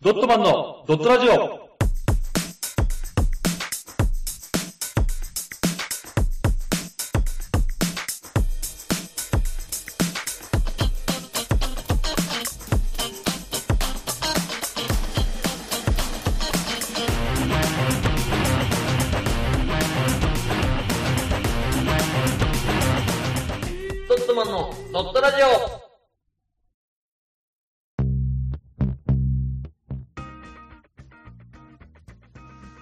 ドットマンのドットラジオ。ドットマンのドットラジオ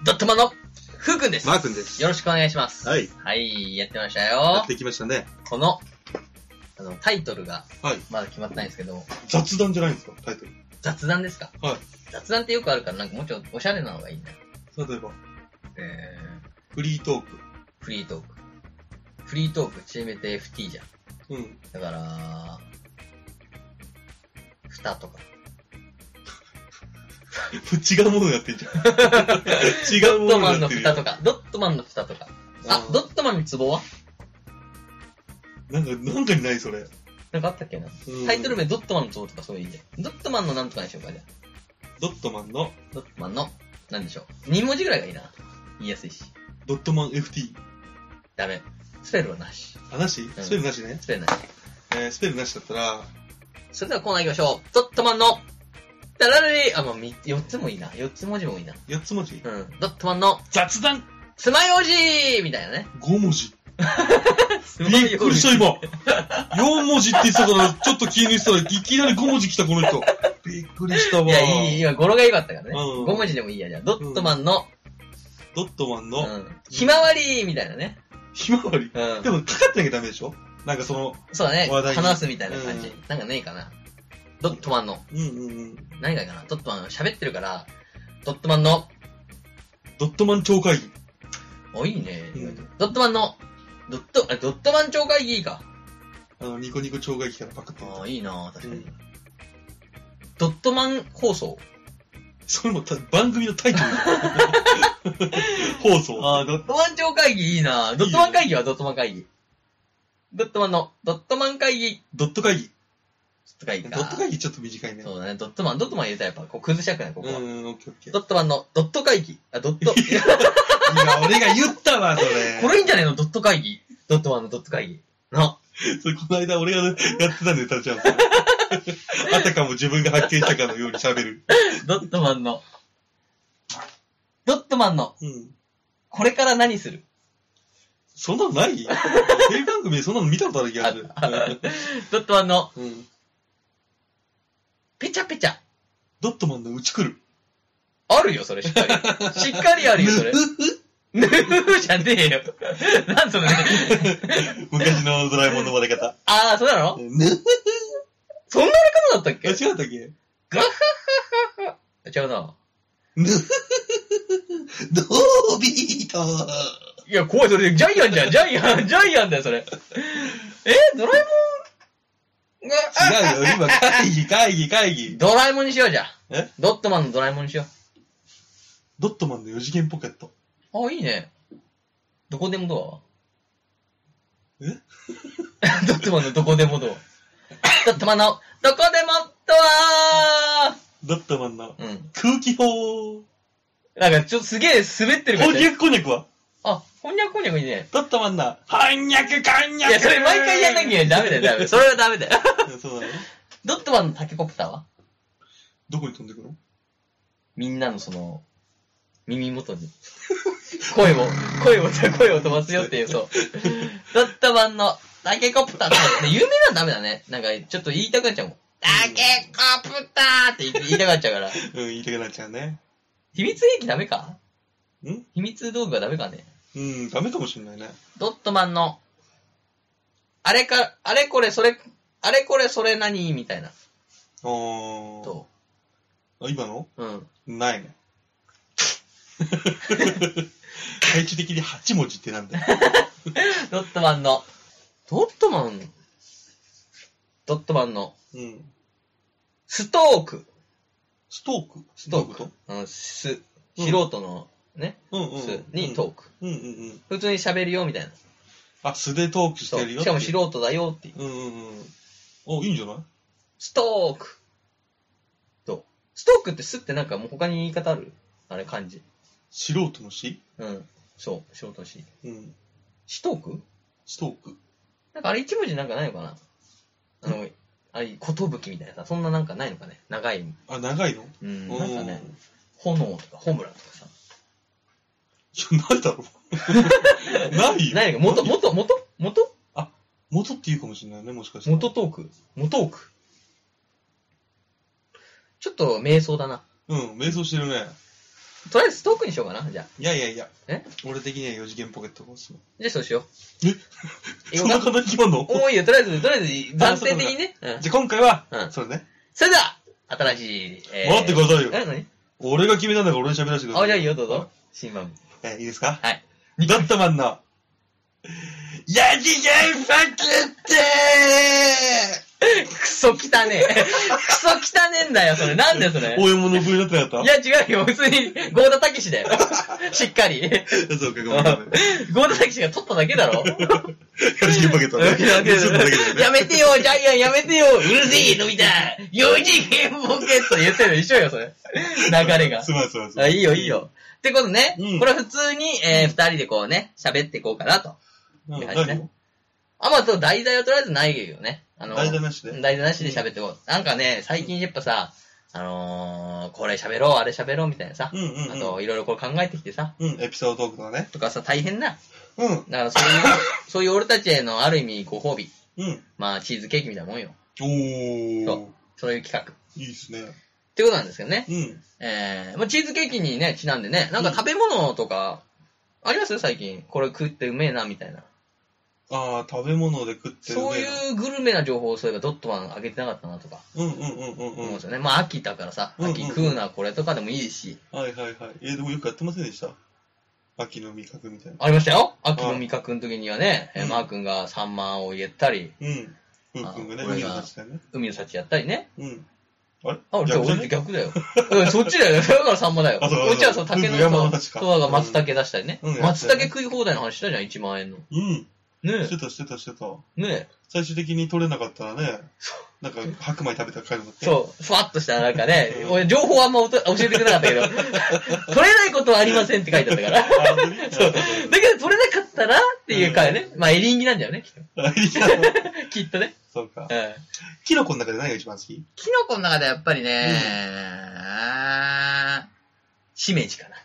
ドットマンのふうくんです。マー君です。よろしくお願いします。はい。はい、やってましたやよっ。てきましたね。この、あの、タイトルがはい。まだ決まってないんですけど、雑談じゃないんですかタイトル。雑談ですかはい。雑談ってよくあるから、なんかもうちょっとおしゃれなのがいいんだよ。例えば、えフリートーク。ー、フリートーク。フリートーク、縮めて FT じゃん。うん。だから、蓋とか。違うものやってんじゃん。 違ドうもットのマンやのってる蓋とか、ドットマンの蓋とか。あう、んドットマンの壺はなんか、なんかにないそれ。なんかあったっけなうんタイトル名ドットマンの壺とかそういういいね。ドットマンのなんとかにしようか、じゃあドットマンのドットマンの、なんでしょう。2文字ぐらいがいいな。言いやすいし。ドットマン FT。ダメ。スペルはなし。あ、なしスペルなしね。スペルなし。えー、スペルなしだったら、それではコーナー行きましょう。ドットマンの、ダラレリあ、まあ、み4つもいいな。4つ文字もいいな。 4つ文字う。ん。ドットマンの、雑談つまようじみたいなね。 !5 文字。つびまようじっくりした今 !4 文字って言ってたから、ちょっと気抜いてたら、いきなり5文字来たこの人。びっくりしたわ。いや、いい、今語呂が良かったからね。う5ん文字でもいいや、じゃあ。ドットマンの、ドットマンうのん。ひまわりみたいなね。ひまわり。うんで。も、かかってなきゃダメでしょなんかその、そうだね。話題に話すみたいな感じ。うんなんかねえかな。ドットマンの、うんうんうん。何がいいかな。ドットマンの喋ってるから、ドットマンの、ドットマン超会議。お、いいね。うんドットマンの、ドット、あ、ドットマン超会議か。あの、ニコニコ超会議からパクってみあたあ、いいな確かに、うんドットマン放送。それもた番組のタイトル。 放送。ああ、ドットマン超会議いいなドットマン会議はドットマン会議。ドットマンの、ドットマン会議、ドット会議。ドット会議ドか。ット会議ちょっと短いね。そうだね、ドットマン、ドットマン入れたらやっぱこう崩したくない、こうこは。ーん、オッケーオッケー。ドットマンの、ドット会議。あ、ドット、今俺が言ったわ、それ。これいいんじゃないのドット会議。ドットマンのドット会議。な。それこの間俺がやってたネタじゃん。それ あたかも自分が発見したかのように喋る。ドットマンの。ドットマンの、うん。これから何するそんなのないテレビ番組でそんなの見たことある気がする。ドットマンの、 うんうんぺちゃぺちゃ。ドットマンのうち来る。あるよ、それ、しっかり。 しっかりあるよ、それ。ぬふじゃねえよ。なんそれ、ね。昔のドラえもんの笑い方。あー、そうなのぬそんな仲間だったっあ、け違ったっ けガッハッハッハッハ。違うな。ぬふふふふ、ドービーと。いや、怖い、それ、ジャイアンじゃん、ジャイアン、ジャイアンだよ、それ。えドラえもんが、違うよ、今、会議、会議、会議。ドラえもんにしようじゃん。えドットマンのドラえもんにしよドットマンの四次元ポケット。う。あ、いいね。どこでもドアはえ ドットマンのどこでもドア。ドットマンのどこでもドアドットマンのうん。空気砲。なんかちょっとすげえ滑ってるこ感んにじ。ゃくこんにゃくはあ、こんにゃくこんにゃくいいね。ドットマンな、こんにゃくこんいにゃくや、それ毎回やんなきゃダメだよ、ダメ。 それはダメだよ。うんそうだね。ドットマンのタケコプターはどこに飛んでくのみんなのその、耳元に。声を、声を、声を飛ばすよっていう、 そう。ドットマンの、タケコプターって、有名なのダメだね。なんか、ちょっと言いたくなっちゃうもん。タケコプターって言い言いたくなっちゃうから。うん、言いたくなっちゃうね。 秘密兵器ダメかん秘密道具はダメかね。うん、ダメかもしんないね。ドットマンの、あれか、あれこれそれ、あれこれそれ何みたいな。あー。と。あ今のうん。ないね。 最終的に8文字ってなんだよ。ドットマンの、ドットマン、ドットマンの、うん。ストーク。ストークストークとあの、す、う素ん人のね、うんうんすうん。にトーク。うんうんうん。普通に喋るよみたいな。あ、素でトークしそてう。るよ。しかも素。人だよっていう。うんうんうん。お、いいんじゃないストーク。と、スストークってすってなんかもう他に言い方あるあれ漢字。素人の詩うん。そう、ショートし。うん。ストークストーク。なんかあれ一文字なんかないのかなあの、あれ、ことぶきみたいなさ、そんななんかないのかね長い。あ、長いのうん、うなんんかね、炎とか、ホムラとかさ。いや、ないだろ う。ないよ。何が元、元、元元元って言うかもしれないね、もしかして。元トーク元トークちょっと瞑想だな。うん、迷走してるね。とりあえずストークにしようかな、じゃあ。いやいやいや。え俺的には四次元ポケットがおすすめ。じゃあそうしよう。そんなえ簡単に決まんの多いよ、とりあえず、とりあえず、暫定的にね。うんじゃあ今回は、うんそれね。それでは、新しい、え待ってくださいよえ、何俺が決めたんだから俺に喋らせてください。あ、じゃあいいよ、どうぞ。新番組。えーいいですかはい。だったまんの、やじげんパケックソ汚ねえ。 クソ汚ねえんだよ、それ。なんだよ、それト。応援物風になってなかっいたや、違うよ。普通に、ゴーダタケ シだよ。しっかり。や、そうか、ごめんごめん。ゴーダタケシが取っただけだろ。 やじげんパケットね。やめてちょっとだけだ よね。よ、ジャイアンやめてよ。うるせえ、のび太。4次元ポケット言ってるの一緒よ、それ。流れがす。まんすまんすまん。あいいよ、いい。よ。ってことね、うんこれは普通に、えー、二人でこうね、喋っていこうかなと。うん、いや何よあ、まあ、そう題材はとりあえずないよね。あの、題材なしで題材なしで喋っていこう。なんかね、最近やっぱさ、あのー、これ喋ろう、あれ喋ろうみたいなさ、うんうんうんあと、いろいろこう考えてきてさ、うん、エピソードトークとかね。とかさ、大変な。うん、だからそう いう、そういう俺たちへのある意味ご褒美。うん。まあ、チーズケーキみたいなもんよ。おそー。そういう企画。っいいですね。てことなんですけどね。うん。えー、まあ、チーズケーキにね、ちなんでね、なんか食べ物とか、あります最近。これ食ってうめえな、みたいな。あー、食べ物で食ってるね。そういうグルメな情報をそういえばドットマン上げてなかったなとかうんうんうんうん思うんうんです。よね。まあ秋だからさ、うんうん秋食うなこれとかでもいいし。はいはいはい。えー、でもよくやってませんでした秋の味覚みたいな。ありましたよ秋の味覚の時にはね、えーうんマー君がサンマを言ったり、うん。ふうくんがね、あ俺海がを出したよね。海の幸やったりね。うん。あれあ、俺逆じゃ俺ね逆だよ。うんそっちだよ。だからサンマだよ。あそうそうそうこっちはそう、竹のうん山のさ、幸かとわが松茸出したりねうんうん。松茸食い放題の話したじゃん、1万円の。うん。ねしてたしてたしてた。え。ねえ。最終的に取れなかったらね、なんか白米食べたら帰るのって。そう、ふわっとしたなんかねう、ん俺情報あんまおと教えてくれなかったけど、 取れないことはありませんって書いてあったから。 あ。本当にそう。だけど取れなかったらっていう回ね。まあ、エリンギなんだよね、きっと。 あいいなきっとね。そうかう。ん。キノコの中で何が一番好きキノコの中でやっぱりね、しめじかな。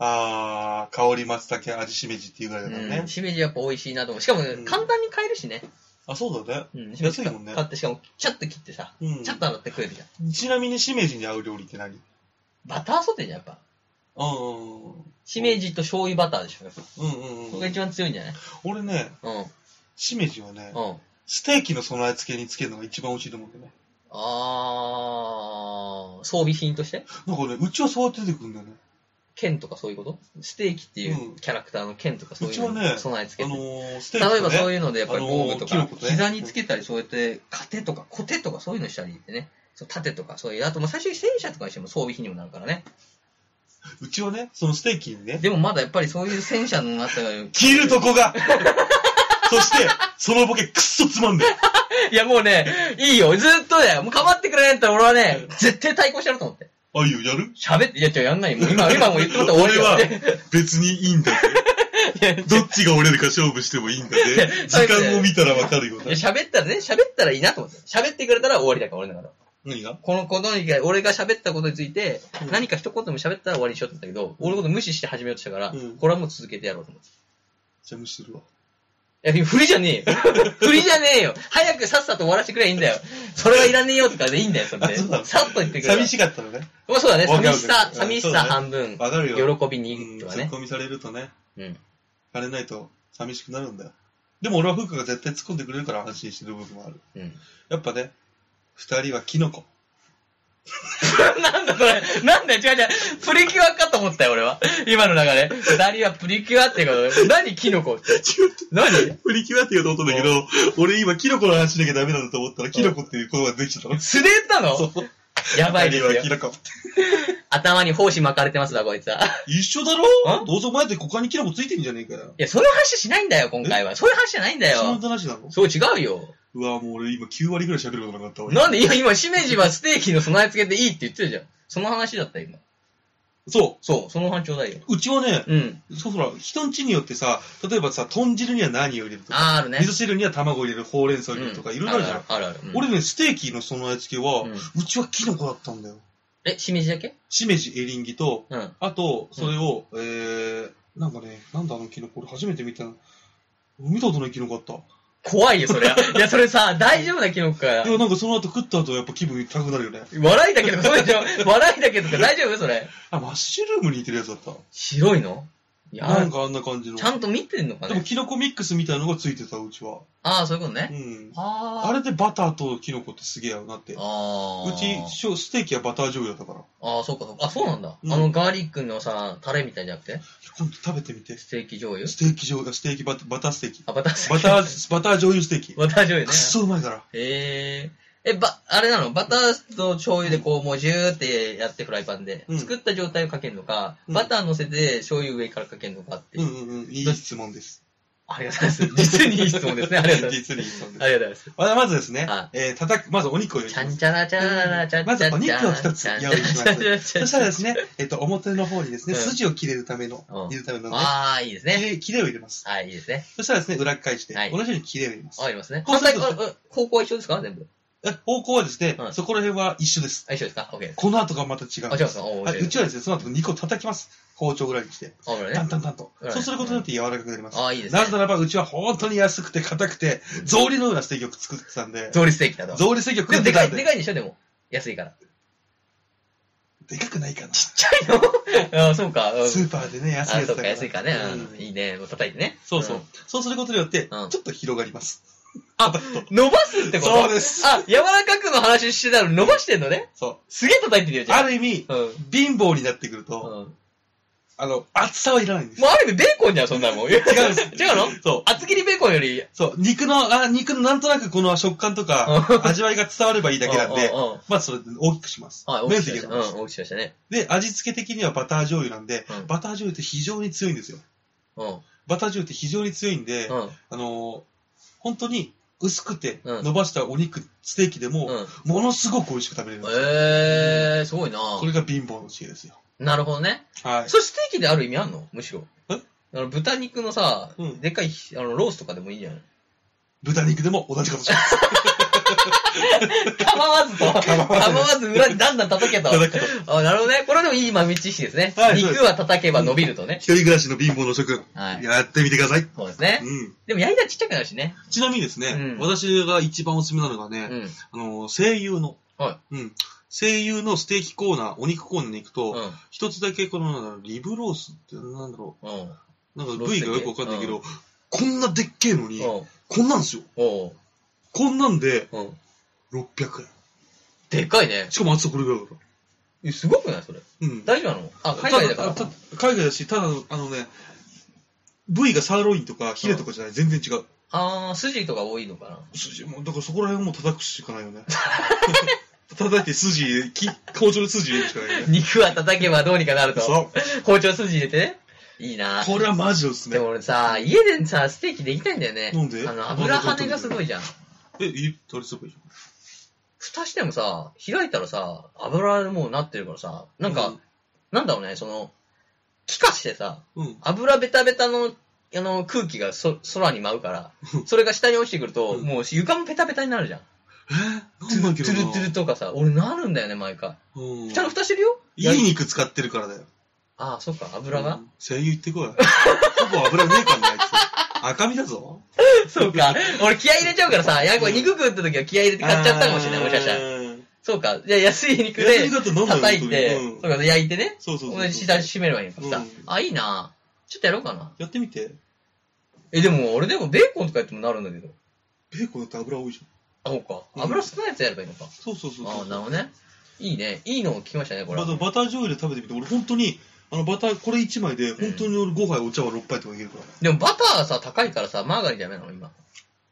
あー、香り松茸、味しめじっていうぐらいだからうねん。。しめじやっぱ美味しいなと思う。しかもねうん簡単に買えるしね。あ、そうだね。うん。しめ安じいもんね買。って、しかも、ちゃっと切ってさ、うんちゃっと洗って食えるじゃん。ちなみにしめじに合う料理って何うんバターソテーじゃん、やっぱ。しめじと醤油バターでしょ。やっぱこうんうんこうがん。一番強いんじゃない俺ね、うん。しめじはね、うん。ステーキの備え付けにつけるのが一番美味しいと思うけどね。あー、装備品としてなんかね、うちはそうやって出てくるんだよね。剣とかそういうことステーキっていうキャラクターの剣とかそういううちはのね備え付あけのてー、ステーキ、ね、例えばそういうのでやっぱり防具とあかのーキノコ、とね膝につけたりそうやって、糧とか、コテとかそういうのしたりってね。そう盾とかそういう、あともう最初に戦車とかにしても装備費にもなるからね。うちはね、そのステーキにね、でもまだやっぱりそういう戦車の中が、い切るとこが そして、そのボケくっそつまんで。やもうね、いいよ、ずっとだよ。もう構ってくれないんだったら俺はね、絶対対抗してやると思って。あ、いいよ、やる喋って、いや違う、やんないよ。もう 今、今もう言ってもらったら終わりよ。俺別にいいんだって。どっちが折れるか勝負してもいいんだって。時間を見たらわかるよ いや。な喋ったらね、喋ったらいいなと思って。喋ってくれたら終わりだから、俺の中では。何がこのことに、俺が喋ったことについてうん、何か一言でも喋ったら終わりにしようと思ったけど、俺のこと無視して始めようとしたからうん、これはもう続けてやろうと思って。じゃあ無視するわ。いや、でも振りじゃねえよ。 振りじゃねえよ。早くさっさと終わらせてくればいいんだよ。それはいらねえよとかでいいんだよ、それであそうな。のさっと言ってくれ。寂しかったらね。まあそうだね、わ寂かるしさ、うん寂しそうださね半分、わかる喜よ。びうにん、とツかッね。コミされるとね、うん。枯れないと寂しくなるんだよ。でも俺はフックが絶対突っ込んでくれるから安心してる部分もある。うん。やっぱね、二人はキノコ。 なんだそれ、なんだよ、違う違う。プリキュアかと思ったよ、俺は。今の流れ。二人はプリキュアってことで。何、キノコって。何プリキュアっていう音だけど、俺今キノコの話しなきゃダメなんだと思ったら、キノコっていう言葉が出てきちゃったの。素で言ったのそう。やばいですよ明。らか。頭に胞子巻かれてますわ、こいつは。 一緒だんろどうせお前って股間にキラもついてんじゃねえかよ。いや、そういう話しないんだよ、今回は。そういう話じゃないんだそのよ。話なのそう、違うよ。うわ、もう俺今9割ぐらい喋ることなくなったわ。なんで、いや、今、しめじはステーキの備え付けでいいって言ってるじゃん。その話だった、今。そそう、その話ちょうだいよ。う。うちはね、うん。そうほら、人んちによってさ、例えばさ、豚汁には何を入れるとか、あー、あるね。味噌汁には卵を入れる、ほうれん草を入れるとか、いろいろあるじゃん。あるある。あるあるうん俺ね、ステーキのその味付けは、うんうちはキノコだったんだよ。え、しめじだけしめじ、エリンギと、うん。あと、それを、えー、なんかね、なんだあのキノコ、俺初めて見たの。見たことないキノコあった。怖いよ、それは。いや、それさ、大丈夫なキノコか。いや、なんかその後食った後やっぱ気分高くなるよね。笑いだけとか、それでし ょ笑いだけとか、大丈夫それ。あ、マッシュルームに似てるやつだった。白いのいなやん、かあんな感じの。ちゃんと見てんのかでもねキノコミックスみたいなのがついてた、うちは。ああ、そういうことうね。ん。ああ。あれでバターとキノコってすげえ合うなって。うああ。ち、しょステーキはバター醤油だったから。ああ、そうかそうか。あ、そうなんだ。うんあの、ガーリックのさ、タレみたいじゃなくて今度食べてみて。ステーキ醤油ステーキ醤油、ステーキバタバターステーキ。あ、バターステバーキ。ター、バター醤油ステーキ。く バター醤油ねっ。そうまいから。えー。え、ば、あれなのバターと醤油でこう、もうジューってやってフライパンで、うん作った状態をかけるのか、うんバター乗せて醤油上からかけるのかっていうう。んうんうん。いい質問です。ありがとうございます。実にいい質問ですね。ありがとうござい 実にいい質問ま。ですす。ありがとうございます。まあまずですねは、えー、叩く、まずお肉を用意しちゃまんす。ちゃらちゃららちゃんちゃまらちずゃおんち肉ゃを一つ用意します。らそしたらですね、えっと、表の方にですね、うん筋を切れるためのうん、入れるためのね、 ああ、いいです切ね。れ切れを入れます。はい、いいですね。そしたらですね、裏返してはい、同じように切れを入れますあ。ありますね。こう反する対、とああ方向は一緒ですか全部。え方向はですねう、んそこら辺は一緒です。あ、一緒ですか ?OK です。この後がまた違うあ、ん違うんでですす。かおはーい、うちはですね、その後肉を叩きます。包丁ぐらいにして。あ、これタねン。タンタンとう。んそうすることによって柔らかくなります。ああ、いいですねな。ぜならば、うちは本当に安くて硬くて、草履のようなステーキを作ってたんで、ゾウリステーキだと。草履ステーキをで食もっでてかたい、んでで、かいんでしょでも。安いから。でかくないかな。ちっちゃいの あそうか。うんスーパーでね、あ、安いやつそだうか、から。安いからねうう。んんいいね。もう叩いてね。そうそう。そうすることによって、ちうょんっと広がります。あ、パッと。うん。伸ばすってことそうですあ、柔らかくの話してたの伸ばしてんのね。そすげえ叩いてるよ、う。じゃああ。る意味、うん。うん。貧乏になってくると、もあの、厚さはいらないんですう。ある意味ベーコンじゃん、そんなもん。違う違うんです違うのそう。厚切りベーコンより。そう、肉の、あ肉のなんとなくこの食感とか、 味わいが伝わればいいだけなんでう、うんうんまあそれで大きくします。はい、大面きく積しがました。うん、大きくしましたね。で、味付け的にはバター醤油なんで、うんバター醤油って非常に強いんですよ。うん。バター醤油って非常に強いんで、うん。あのー本当に薄くてうん伸ばしたお肉、ステーキでも、うん。ものすごく美味しく食べれるんですよ。えー、すごいなこれが貧乏の知恵ですよ。なるほどね。はい。それステーキである意味あんのむしろ。えあの豚肉のさ、うんでかいひあのロースとかでもいいんじゃない豚肉でも同じこ とします。構わずと。 構わずわず裏にだんだん叩けと。叩くとあなるほどね。これでもいい豆知識ですね。はいそうです肉は叩けば伸びるとね。一人暮らしの貧乏の諸君、はいやってみてください。そうですね。うん、でも焼いたらちっちゃくなるしね。ちなみにですね、うん私が一番おすすめなのがうね、ん。あの声優の、はうん、声優のステーキコーナー、お肉コーナーに行くうん。うと、ん。一、つだけこのなんだろうリブロースってなんだろうん。う、なんかロース部位だけがよくわかんないけど、こんなでっけえのに、おこんなんすよ。おこんなんでうん。 600円。でかいね。しかも厚さこれぐらいだかえすごくないそれ。ら。うん。大丈夫なのあ、海外だから。たた海外だし、ただの、あのね、部位がサーロインとかヒレとかじゃない、全然違う。あー、筋とか多いのかな。筋もうだからそこら辺もう叩くしかない よね。叩いて筋、き包丁で筋入れるしかない よね。肉は叩けばどうにかなると。そう。包丁筋入れてね。いいなこれはマジおすすめで。も俺さ、家でさ、ステーキできたいんだよね。なんであの、油跳ねがすごいじゃん。え、いい取りすればいいじ蓋してもさ、開いたらさ、油でもうなってるからさ、ゃなんか、うんなんだろうね、その、気化してさ、うん。油ベタベタの、あの、空気がそ空に舞うから、それが下に落ちてくると、うんもう床もペタペタになるじゃん。えトー、ゥなんだルっけトゥルトゥルとかさ、俺なるんだよね、毎回。うんちゃんと蓋してるよいい肉使ってるからだよ。ああ、そっか、油うが。ん声優行ってこい。ほぼ油ねえからね、あいつ。赤身だぞ。そうか。俺気合い入れちゃうからさ、いや、これ肉食った時は気合い入れて買っちゃったかもしれない、もしかしたら。ら。そうか。じゃあ安い肉安でい、だと飲んだよ叩いて、本当そうにうんか、焼いてね。そうそうそう同じ下締めればいいのかさ、うんあ、いいなちょっとやろうかな。やってみて。え、でも俺でもベーコンとかやってもなるんだけど。ベーコンだって油多いじゃん。あ、そうか。うん油少ないやつやればいいのか。そうそうそうそう。ああ、なるほどね。いいね。いいのを聞きましたね、これバは。ターバター醤油で食べてみて、俺本当に、あのバター、これ1枚で、本当に俺5杯お茶は6杯とかいけるから。でもバターさ、高いからさ、マーガリンダメなの、今。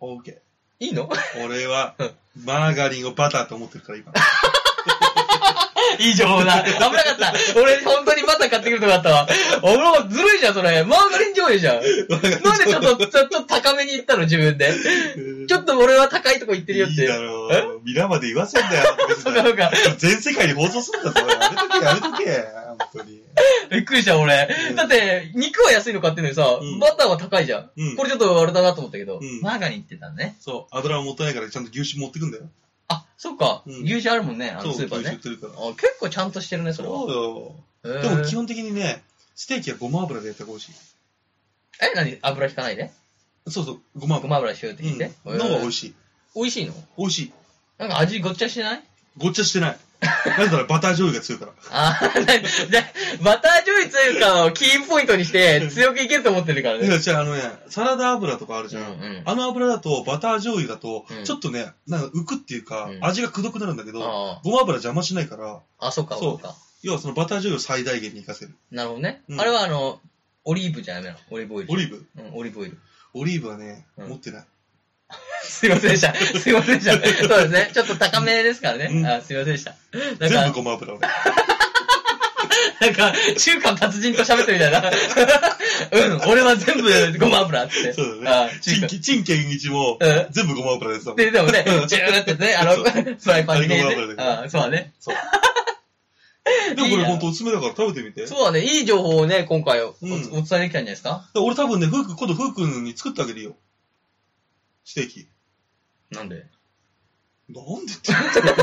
オーケいいのー。俺はうん、マーガリンをバターと思ってるから今。いい情報だ。危なかった。俺、本当にバター買ってくるとこあったわ。お前もずるいじゃん、それ。マーガリン醤油じゃん。なんでちょっと、ちょっと高めに行ったの、自分で。ちょっと俺は高いとこ行ってるよっいいて。だろう。皆まで言わせんだよ。そうか、そうか。全世界に放送するんだぞ。やめとけ、やめとけ。本当に。びっくりした、俺。だって、肉は安いの買ってるのにさ、うんバターは高いじゃん。うんこれちょっとあれだなと思ったけど、うんマーガリンってたのね。そう、油もったいないからちゃんと牛脂持ってくんだよ。あ、そっか。うん牛脂あるもんね、あそのう、ス牛ーパー脂売っね。てるから。あ結構ちゃんとしてるね、それはそ。うよ。ででも基本的にね、ステーキはごま油でやった方が美味しえ、何油引かないでい。そうそう、ごまご油。ま油しようってう言っんて。の方が美味しい。しい。美味しいの美味しい。なんか味ごっちゃしてないごっちゃしてない。なぜならバター醤油が強 いから。ああ、なに、じゃ、バター醤油強いかをキーポイントにして強くいけると思ってるからいね。や、じゃああのね、サラダ油とかあるじゃん。うんうんあの油だと、バター醤油だとうん、ちょっとね、なんか浮くっていうか、うん味がくどくなるんだけど、あごま油邪魔しないから、あ、あ、そうか、そうそうか。要はそのバター醤油を最大限に活かせる。なるほどねう。んあれはあの、オリーブじゃダメなの。オリーブオイル。オリーブうん、オリーブオイル。 オリーブはね、うん持ってない。すいませんでした。すいませんでした。そうですね。ちょっと高めですからうんね。あすいませんでした。なん全部か、ごま油俺。なんか、中華の達人と喋ってるみたいな。 うん、俺は全部ごま油っつって。そうあだね。中陳華。建陳建一もうん、全部ごま油ですもん。で、でもね、ジューってね、あのそう、フライパンに入れあれごま油て。だからあそうだね。そう。 でもこいいれな本当おすすめだから食べてみて。だかそうだね、いい情報をね、今回お,、うんお伝えできたんじゃないですから俺多分ね、ふうくん、今度ふうくんに作ってあげるよ。ステーキ。なんでなんでってなんだよなん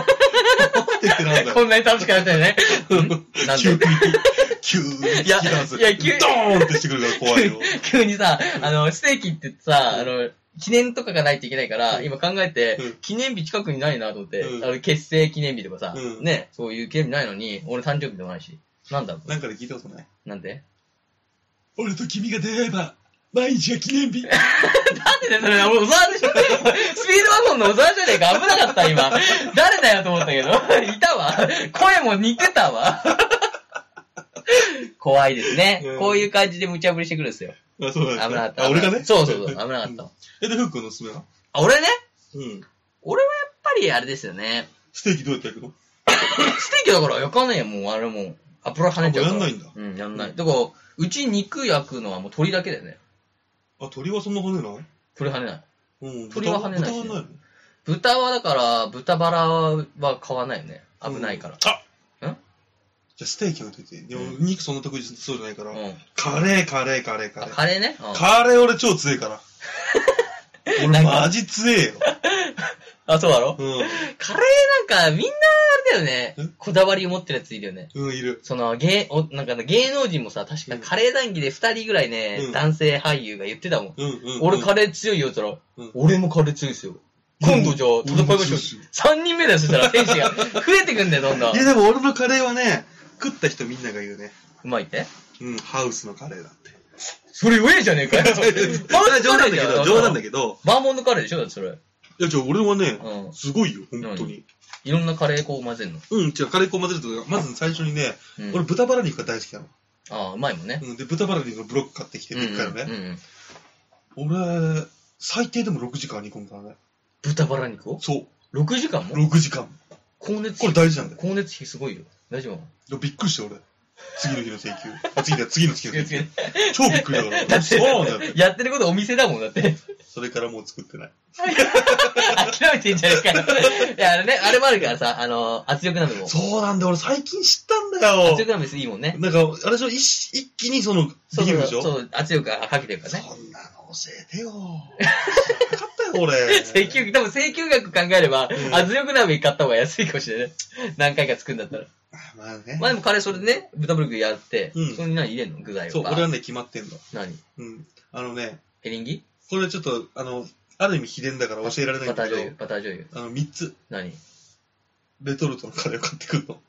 でってなんだ よ。こんなに楽しくなったよ ね。なん急にで、急にいや聞き出す。いや急にドーンってしてくるから怖いよ。急にさ、あの、ステーキってさ、あの、記念とかがないといけないから、今考えて、うん記念日近くにないなと思って、うんあの、結成記念日とかさ、うんね、そういう記念日ないのに、俺誕生日でもないし、 なんだろ、なんかで聞いたことないうなんで俺と君が出会えば、毎日が記念 日。なんでね、それ、俺、小沢でしょスピードワゴンの小沢じゃねえか、危なかった、今。誰だよと思ったけど、いたわ。声も似てたわ。怖いですね、うんこういう感じで無茶ぶりしてくるんですよ。あ、そう危ななんかだった。あ、俺がねそうそうそう、危なかっんたわ。え、で、ふうくんのおすすめはあ俺ね、うん。俺はやっぱりあれですよね。ステーキどうやって焼くのステーキだから焼かねえよもうあれもう。油跳ねちゃうから。あもうやんないんだうん、やんない。だから、うち肉焼くのはもう鶏だけだよね。あ、鳥はそんな骨ない鶏跳ねない。うん。鳥は跳ねないし豚はないの豚はだから、豚バラは買わないよね。危ないから。ら。んじゃあステーキ置いといて。でもう肉そんな得意そうじゃないからうん。。カレー、カレー、カレー、カあレー。カレーね。うんカレー俺超強いから。な俺んかマジ強えよ。あ、そうだろうカレーなんかみんなあれだよねん。こだわりを持ってるやついるよね。ん。うん、いる。その芸、おなんかね芸能人もさ、確かカレー談義で2人ぐらいね、うん男性俳優が言ってたもん。うん、うん。俺カレレー強いよって言ったら、うん俺もカレー強いですよ。今度じゃあ戦いま俺も強いっしすょよう。3人目だよ、そしたら選 手が。増えてくんだよ、どんどんい。や、でも俺のカレーはね、食った人みんなが言うね。うまいってうん、ハウスのカレーだって。それ上じゃねえかよ。冗談だけど、冗談だけけど。ど。バーモントカレーでしょだってそれ。いや、じゃあ俺はね、うん。すごいよ、本当に。いろんなカレー粉を混ぜるの。うん、違う、カレー粉混ぜるとか、まず最初にね、うん俺豚バラ肉が大好きなの。ああ、うまいもんね。うん、で、豚バラ肉のブロック買ってきて、うんでっかいのうんね。うん俺、最低でも6時間煮込むからね。豚バラ肉をそう、 ?6 時間も6時間。高熱これ費。大事なんだよ。高熱費すごいよ。大丈夫でもびっくりして俺。次の日の 請求。あ、次だ、次の月の請求。や超びっくりだ から。俺そうなんだよ。ってることお店だもん、だって。 それからもう作ってない。諦めてんじゃねえかよ。いや、あれね、あれもあるからさ、あの、圧力鍋も。そうなんだよ、俺最近知ったんだよ圧。力鍋すいいもんね。なんか、あれでしょ、一一気にその、ビそうーそうルでしょそう、圧力がかけてるからね。そんなの教えてよ。知らなかったよ、俺。 請求、多分請求額考えれば、うん圧力鍋買った方が安いかもしれないね。何回か作るんだったら。あまあね。まあでもカレーそれでね、豚ブロックやって、うんそこに何入れんの具材を。そう、バー俺はね、決まってんの。何うん。あのね、エリンギこれちょっと、あの、ある意味秘伝だから教えられないバんターだ醤け油ど、、バター醤油。あの、3つ、何レトルトのカレーを買ってくるの。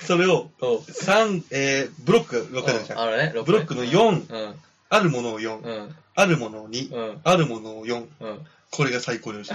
それを、おう三えー、ブロックが分かれるじゃん。あのね、ブロックの4、うん、あるものを4、うん、あるものを2、うん、あるものを4、うん。これが最高に美味しい。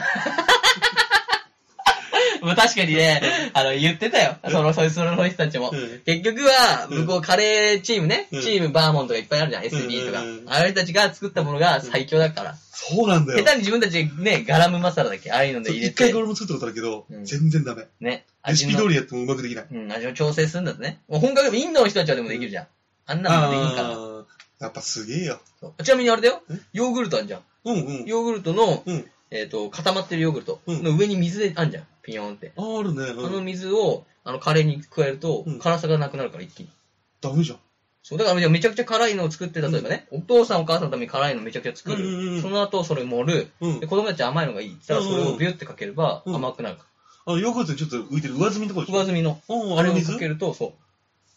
もう確かにね、あの、言ってたよ。その、そいつの人たちも。うん結局は、うん向こうカレーチームね、うんチームバーモンとかいっぱいあるじゃん、SB とかうんうんう。んあれたちが作ったものが最強だから。そうなんだ下よ。手に自分たちでね、ガラムマサラだっけああいうのでそう入れ一て回こ、れも作ったことあるけどう、ん全然ダメ。ね、レシ味ピ通の、りやってもうまくできない。うん、味を調整するんだってね。もう本格、インドの人たちはでもできるじゃん。あんなのでいいからあーやっぱすげえよ。そう。ちなみにあれだよえ。ヨーグルトあんじゃん。うんうん。ヨーグルトの、うん。えっ、と、固まってるヨーグルトの上に水であんじゃん。ピヨーンって。あーあるね。あのうん水を、あの、カレーに加えるとうん、辛さがなくなるから一気に。ダメじゃん。そう、だからめちゃくちゃ辛いのを作って、例えばね、お父さんお母さんのために辛いのめちゃくちゃ作る。うんうんうんその後それ盛る。うんで、。子供たち甘いのがいいって言ったら、それをビュってかければうん甘くなるかあの、ヨーグルトにちょっと浮いてる上澄みのとこでしら。上ょ澄みの。うん、ああれをれ水かけると、そ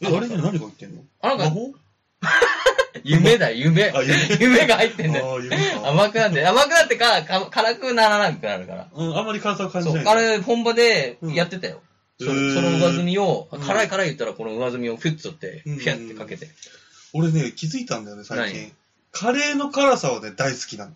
え、あれに何が入ってんのう。あ、魔なんか、法夢だよ、夢あ、。夢。 夢が入ってんだよ。ああ、夢か。甘くなって、甘くなってか、か辛くならなくなるから。うん、あんまり辛さを感じそ、ないうあれ、本場でやってたよ。うんそへーその上積みを、うん辛い辛い言ったらこの上積みをフュッとって、フうんうんィャってかけて。俺ね、気づいたんだよね、最近。カレーの辛さはね、大好きなの。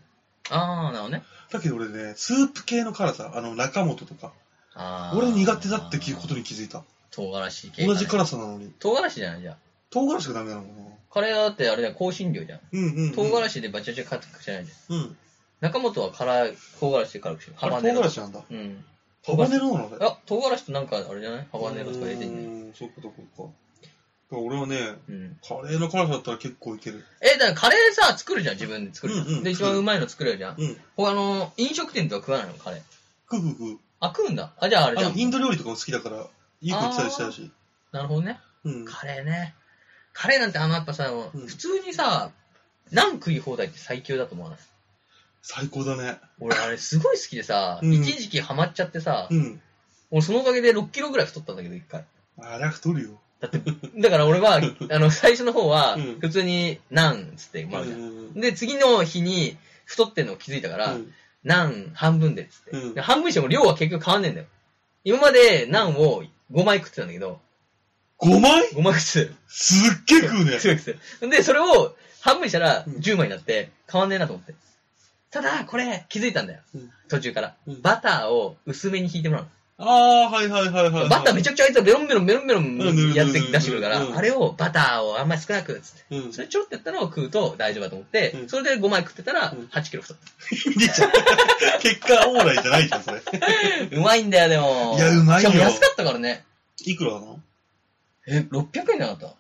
あー、なるほどね。だけど俺ね、スープ系の辛さ、あの、中本とか、あー俺苦手だって聞くことに気づいた。唐辛子系かね。同じ辛さなのに。唐辛子じゃないじゃん。唐辛子がダメなのかなカレーだってあれだよ、香辛料じゃん。うんうんうん。唐辛子子でバチバチカッくしないじゃん。うん。中本は辛い、唐辛子で辛くしない。あハれバ唐ネロ辛。子なんだ。うん。ハバネロなのだよ。あ、唐辛子となんかあれじゃないハバネロとか入れてんね。うん、そっかそっかそっか。だから俺はね、うん。カレーの辛さだったら結構いける。え、だからカレーさ、作るじゃん、自分で作るじゃん。うんうんで、一番うまいの作れるじゃん。うん。他の、飲食店とは食わないの、カレー。くぐぐ。あ、食うんだ。あ、じゃああれじあゃの、イん。ンド料理とかも好きだから、よく行ったりしたし。なるほどね。うん。カレーね。カレーなんてあの、やっぱさ、もううん普通にさ、何食い放題って最強だと思わない最高だね。俺、あれすごい好きでさ、うん一時期ハマっちゃってさ、うん。俺そのおかげで6キロぐらい太ったんだけど、一回。あれは太るよ。だって、だから俺は、あの、最初の方はうん、普通に、なんつってもらうじゃん。ん。で、次の日に、太ってんのを気づいたから、うんなん半分でっつって。うんで半分にしても量は結局変わんねえんだよ。今まで、なんを5枚食ってたんだけど、 5枚5枚食ってすっげえ食うねた。。すごい食ってた。で、それを半分にしたらうん10枚になって、変わんねえなと思って。ただ、これ、気づいたんだようん。途中からう。んバターを薄めに引いてもらうの。ああ、はいはいはいはい。 バターめちちゃくちゃあいつはベロンベロンベロンベロンやって出してくるかうんうんうんうら、んあれをバターをあんまり少なく、つって。ゃ。うん。それちょろってやったのを食うと大丈夫だと思って、うんそれで5枚食ってたらうん8キロ太っ出ちゃう。 結果オーライじゃないじゃん、それ。た。うまいんだよ、でも。いやうまいよしかも安かったからね。いくらなのえ、600円じゃなかった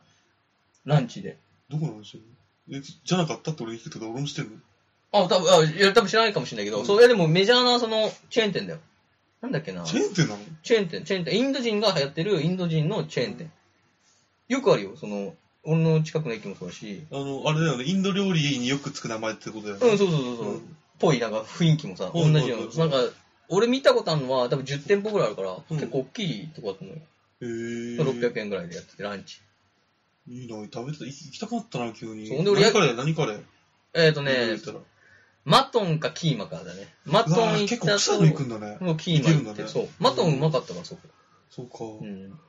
ランチで。どこの話え、じゃなかったって俺言ってたから俺もしてんのあ、多分あ、いや、多分知らないかもしれないけど、うんそれでもメジャーなそのチェーン店だよ。なんだっけな。チェーン店なのチェーン店、チェーン店。インド人が流行ってるインド人のチェーン店。よくあるよ、その、俺の近くの駅もそうだし。あの、あれだよね、インド料理によくつく名前ってことだようね。ん、そうそうそうそう。ぽい、なんか雰囲気もさ、同うんじようんううな。んなんか、俺見たことあるのは多分10店舗ぐらいあるから、ん結構大きいとこだったのよ。へえ。 600円ぐらいでやってて、ランチ。いいな、食べてた。い行きたくなったな、急に。そうほんで俺何カレー何カレーえっ、ー、と言ねっ、たら。マトンかキーマかだね。マうわトンー行結っ構た草と、野行くんだね。もうキーマいけ行るんっだて、ねそう。マトンうまかったから、そこ。そううか。ん。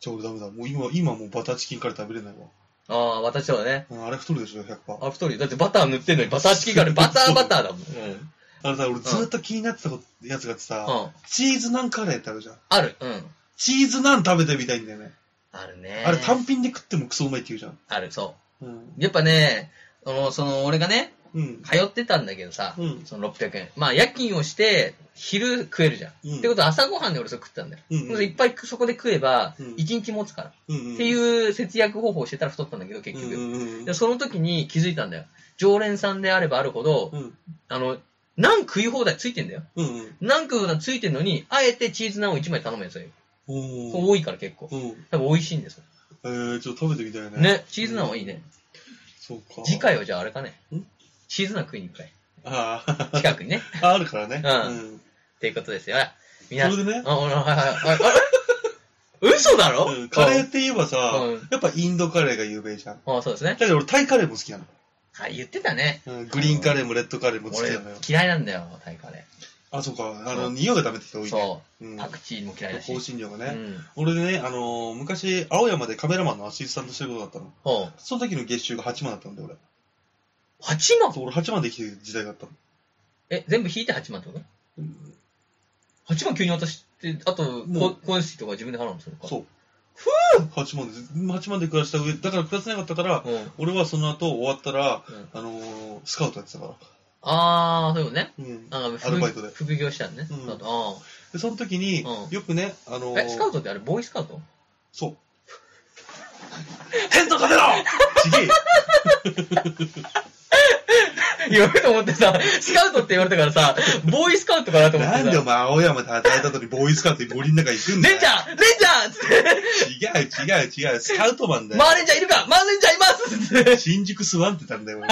じゃあ俺ダメだ。もう今、今もうバターチキンカレー食べれないわ。ああ、私はね。うんあれ太るでしょ、100%。あ、太り。だってバター塗ってんのにバターチキンからバターバターだもん。うん。うん。あのさ、俺ずーっと気になってたことやつがあってさ、チーズナンカレーってあるじゃん。ある。うん。チーズナン食べてみたいんだよね。あるね。あれ単品で食ってもクソうまいって言うじゃん。ある、そうん。う。やっぱね、その、その、俺がね、うん。通ってたんだけどさ、うんその600円。まあ、夜勤をして、昼食えるじゃん。うんってことは朝ごはんで俺それ食ってたんだよ。うんうんでいっぱいそこで食えばうん、一日持つから、うん。ってういう節約方法をしてたら太ったんだけど、ん、結うん局。うんでその時に気づいたんだよ。常連さんであればあるほど、うん。あの、何食い放題ついてんだよ。うんうん。何食い放題ついてんのに、あえてチーズナンを1枚頼むやつよ。これおー多いから結構。うん。多分美味しいんですよ。えー、ちょっと食べてみたいね。。ね、チーズナンはいいね。そうか。次。回はじゃああれかねん。チーズナン食いに行くかい。あー 近くにね。あ、あるからね。うんん。っていうことですよ。皆さんそれでね、あ、俺、はいはいはい。あれ嘘だろうんカレーーって言えばさうん、やっぱインドカレーが有名じゃん。あ、そうですねだ。けど俺タイカレーも好きなの。あ、言ってたね。うんグリーンカレーもレッドカレーも好き俺なのよ。、嫌いなんだよ、タイカレあ、そうか。あうの、ん匂いがダメって人多ー。いね。そうう。ん。パクチーも嫌いだし。香辛料がうね。ん。俺ね、あのー昔、青山でカメラマンのアシスタントしてることだったの。ほう。その時の月収が8万だったんだよ、 8万俺。そう、俺8万で生きてる時代があったの。え、全部引いて8万ってこうんと ?8 万急に私、で、あと、もうこ光熱費とか自分で払うんですかそう。!8 万です。8万で暮らした上、だから暮らせなかったから、う。うん。俺はその後終わったら、うんあのー、スカウトやってたから。あー、そういうことね。うん。なんか副アルバイトで副業したんね。うんあとで、その時に、うんよくね、あのあーーえ、スカウトってあれ、ボーイスカウトそう。テント立てろち げえよ言われると思ってさ、スカウトって言われたからさ、ボーイスカウトかなと思ってなさ。んでお前、青山叩いた後にボーイスカウトに森の中行くんだレよンジャーレンジャーつって、違う違う違う、スカウトマンだよマ。ーレンジャーいるかマーレンジャーいますつって。 新宿スワンってたんだよ、俺。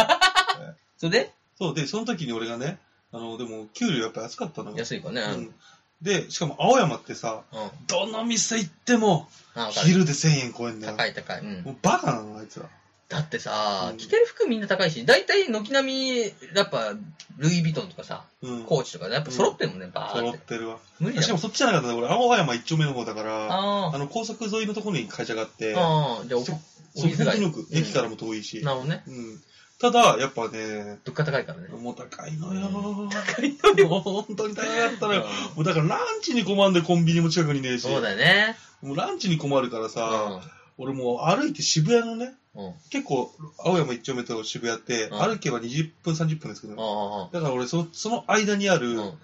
それでそう、で、その時に俺がね、あの、でも、給料やっぱ安かったのよ。安いかね。うんで、しかも青山ってさ、うん。どの店行っても、あ、わかる。昼で1000円超えんだよ。高い高い。うん。もうバカなの、あいつら。だってさう、ん着てる服みんな高いし、大体軒並み、やっぱ、ルイ・ヴィトンとかさ、うん。コーチとか、やっぱ揃ってるもんね、バ揃ーっって。てるわ。無理だしかよ。もそっちじゃなかったんだ俺、青山一丁目の方だから、ああーの、高速沿いのところに会社があって、あー、じゃあ、おそおそう、水本が当いいによく、駅からも遠いし。なるほどね。うん。ただ、やっぱね、物価高いからね。もう高いのよ。う高いのよ。もう本当に高かったのよ。もうだからランチに困んでコンビニも近くにねえし。そうだよね。もうランチに困るからうさ、ん。俺もう歩いて渋谷のね、うん。結構、青山一丁目と渋谷って、うん歩けば20分、30分ですけど、ね、あだから俺そ、その間にある、あ、うん。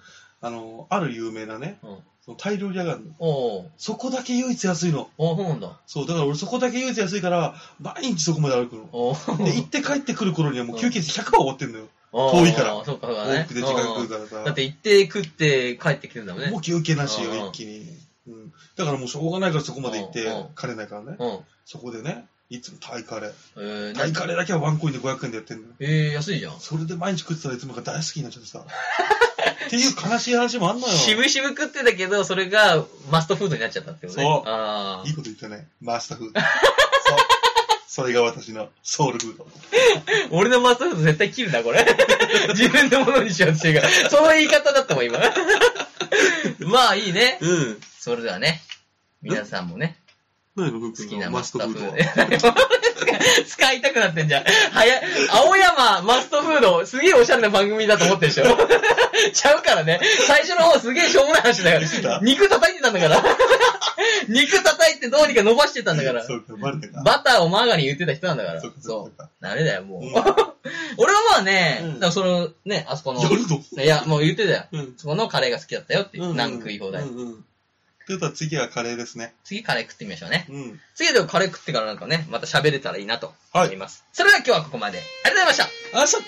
あの、ある有名なね、うんそのタイ料理屋があるの。おーそこだけ唯一安いの。おー、そうなんだ。そう、だから俺そこだけ唯一安いから、毎日そこまで歩くの。おで、行って帰ってくる頃にはもう休憩室100%終わってんのよ。遠いから。そうか、そうだ往ね。復で時間が来うるんからさ。だって行って食って帰ってきてるんだもんねも。う休憩なしよ、うん一気に。うん。だからもうしょうがないからそこまで行ってうん、枯れないからね。うん。そこでね、いつもタイカレー。えー、タなイカレーだけはワンコインで500円でやってんのよ。えー、安いじゃん。それで毎日食ってたらいつもか大好きになっちゃっ てさ。っていう悲しい話もあんのよ。しぶしぶ食ってたけど、それがマストフードになっちゃったってことね。そうあいいあ。こと言ったね。マスターフード。そうそれが私のソウルフード。俺のマストフード絶対切るな、これ。 自分のものにしようとしてるから。その言い方だったも ん、今。まあ、いいね。うん。それではね、皆さんもね、何の福好き君なのママスストトフフード ードは。使いたくなってんじゃん。はや、青山マストフード、すげえおしゃれな番組だと思ってるでしょ ちゃうからね。最初の方すげえしょうもない話だから。肉叩いてたんだから。 肉叩いてどうにか伸ばしてたんだから。そうか、バレたか。バターをマーガリン言ってた人なんだから。そそううかそうかダメだよ、もう。うん俺はまあね、うんだからその、ね、あそこの、やるぞいや、もう言ってたよ。うん。そこのカレーが好きだったよっていう。うん何食い放題。うんうん。ということは次はカレーですね。次カレー食ってみましょうね。うん。次でもカレー食ってからなんかね、また喋れたらいいなとはい思います。それでは今日はここまで。ありがとうございました。あ、そう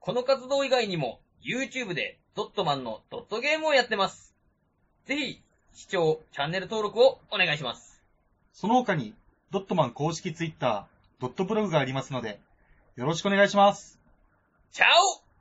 この活動以外にも、YouTube でドットマンのドットゲームをやってます。ぜひ、視聴、チャンネル登録をお願いします。その他に、ドットマン公式ツイッター、ドットブログがありますので、よろしくお願いします。チャオ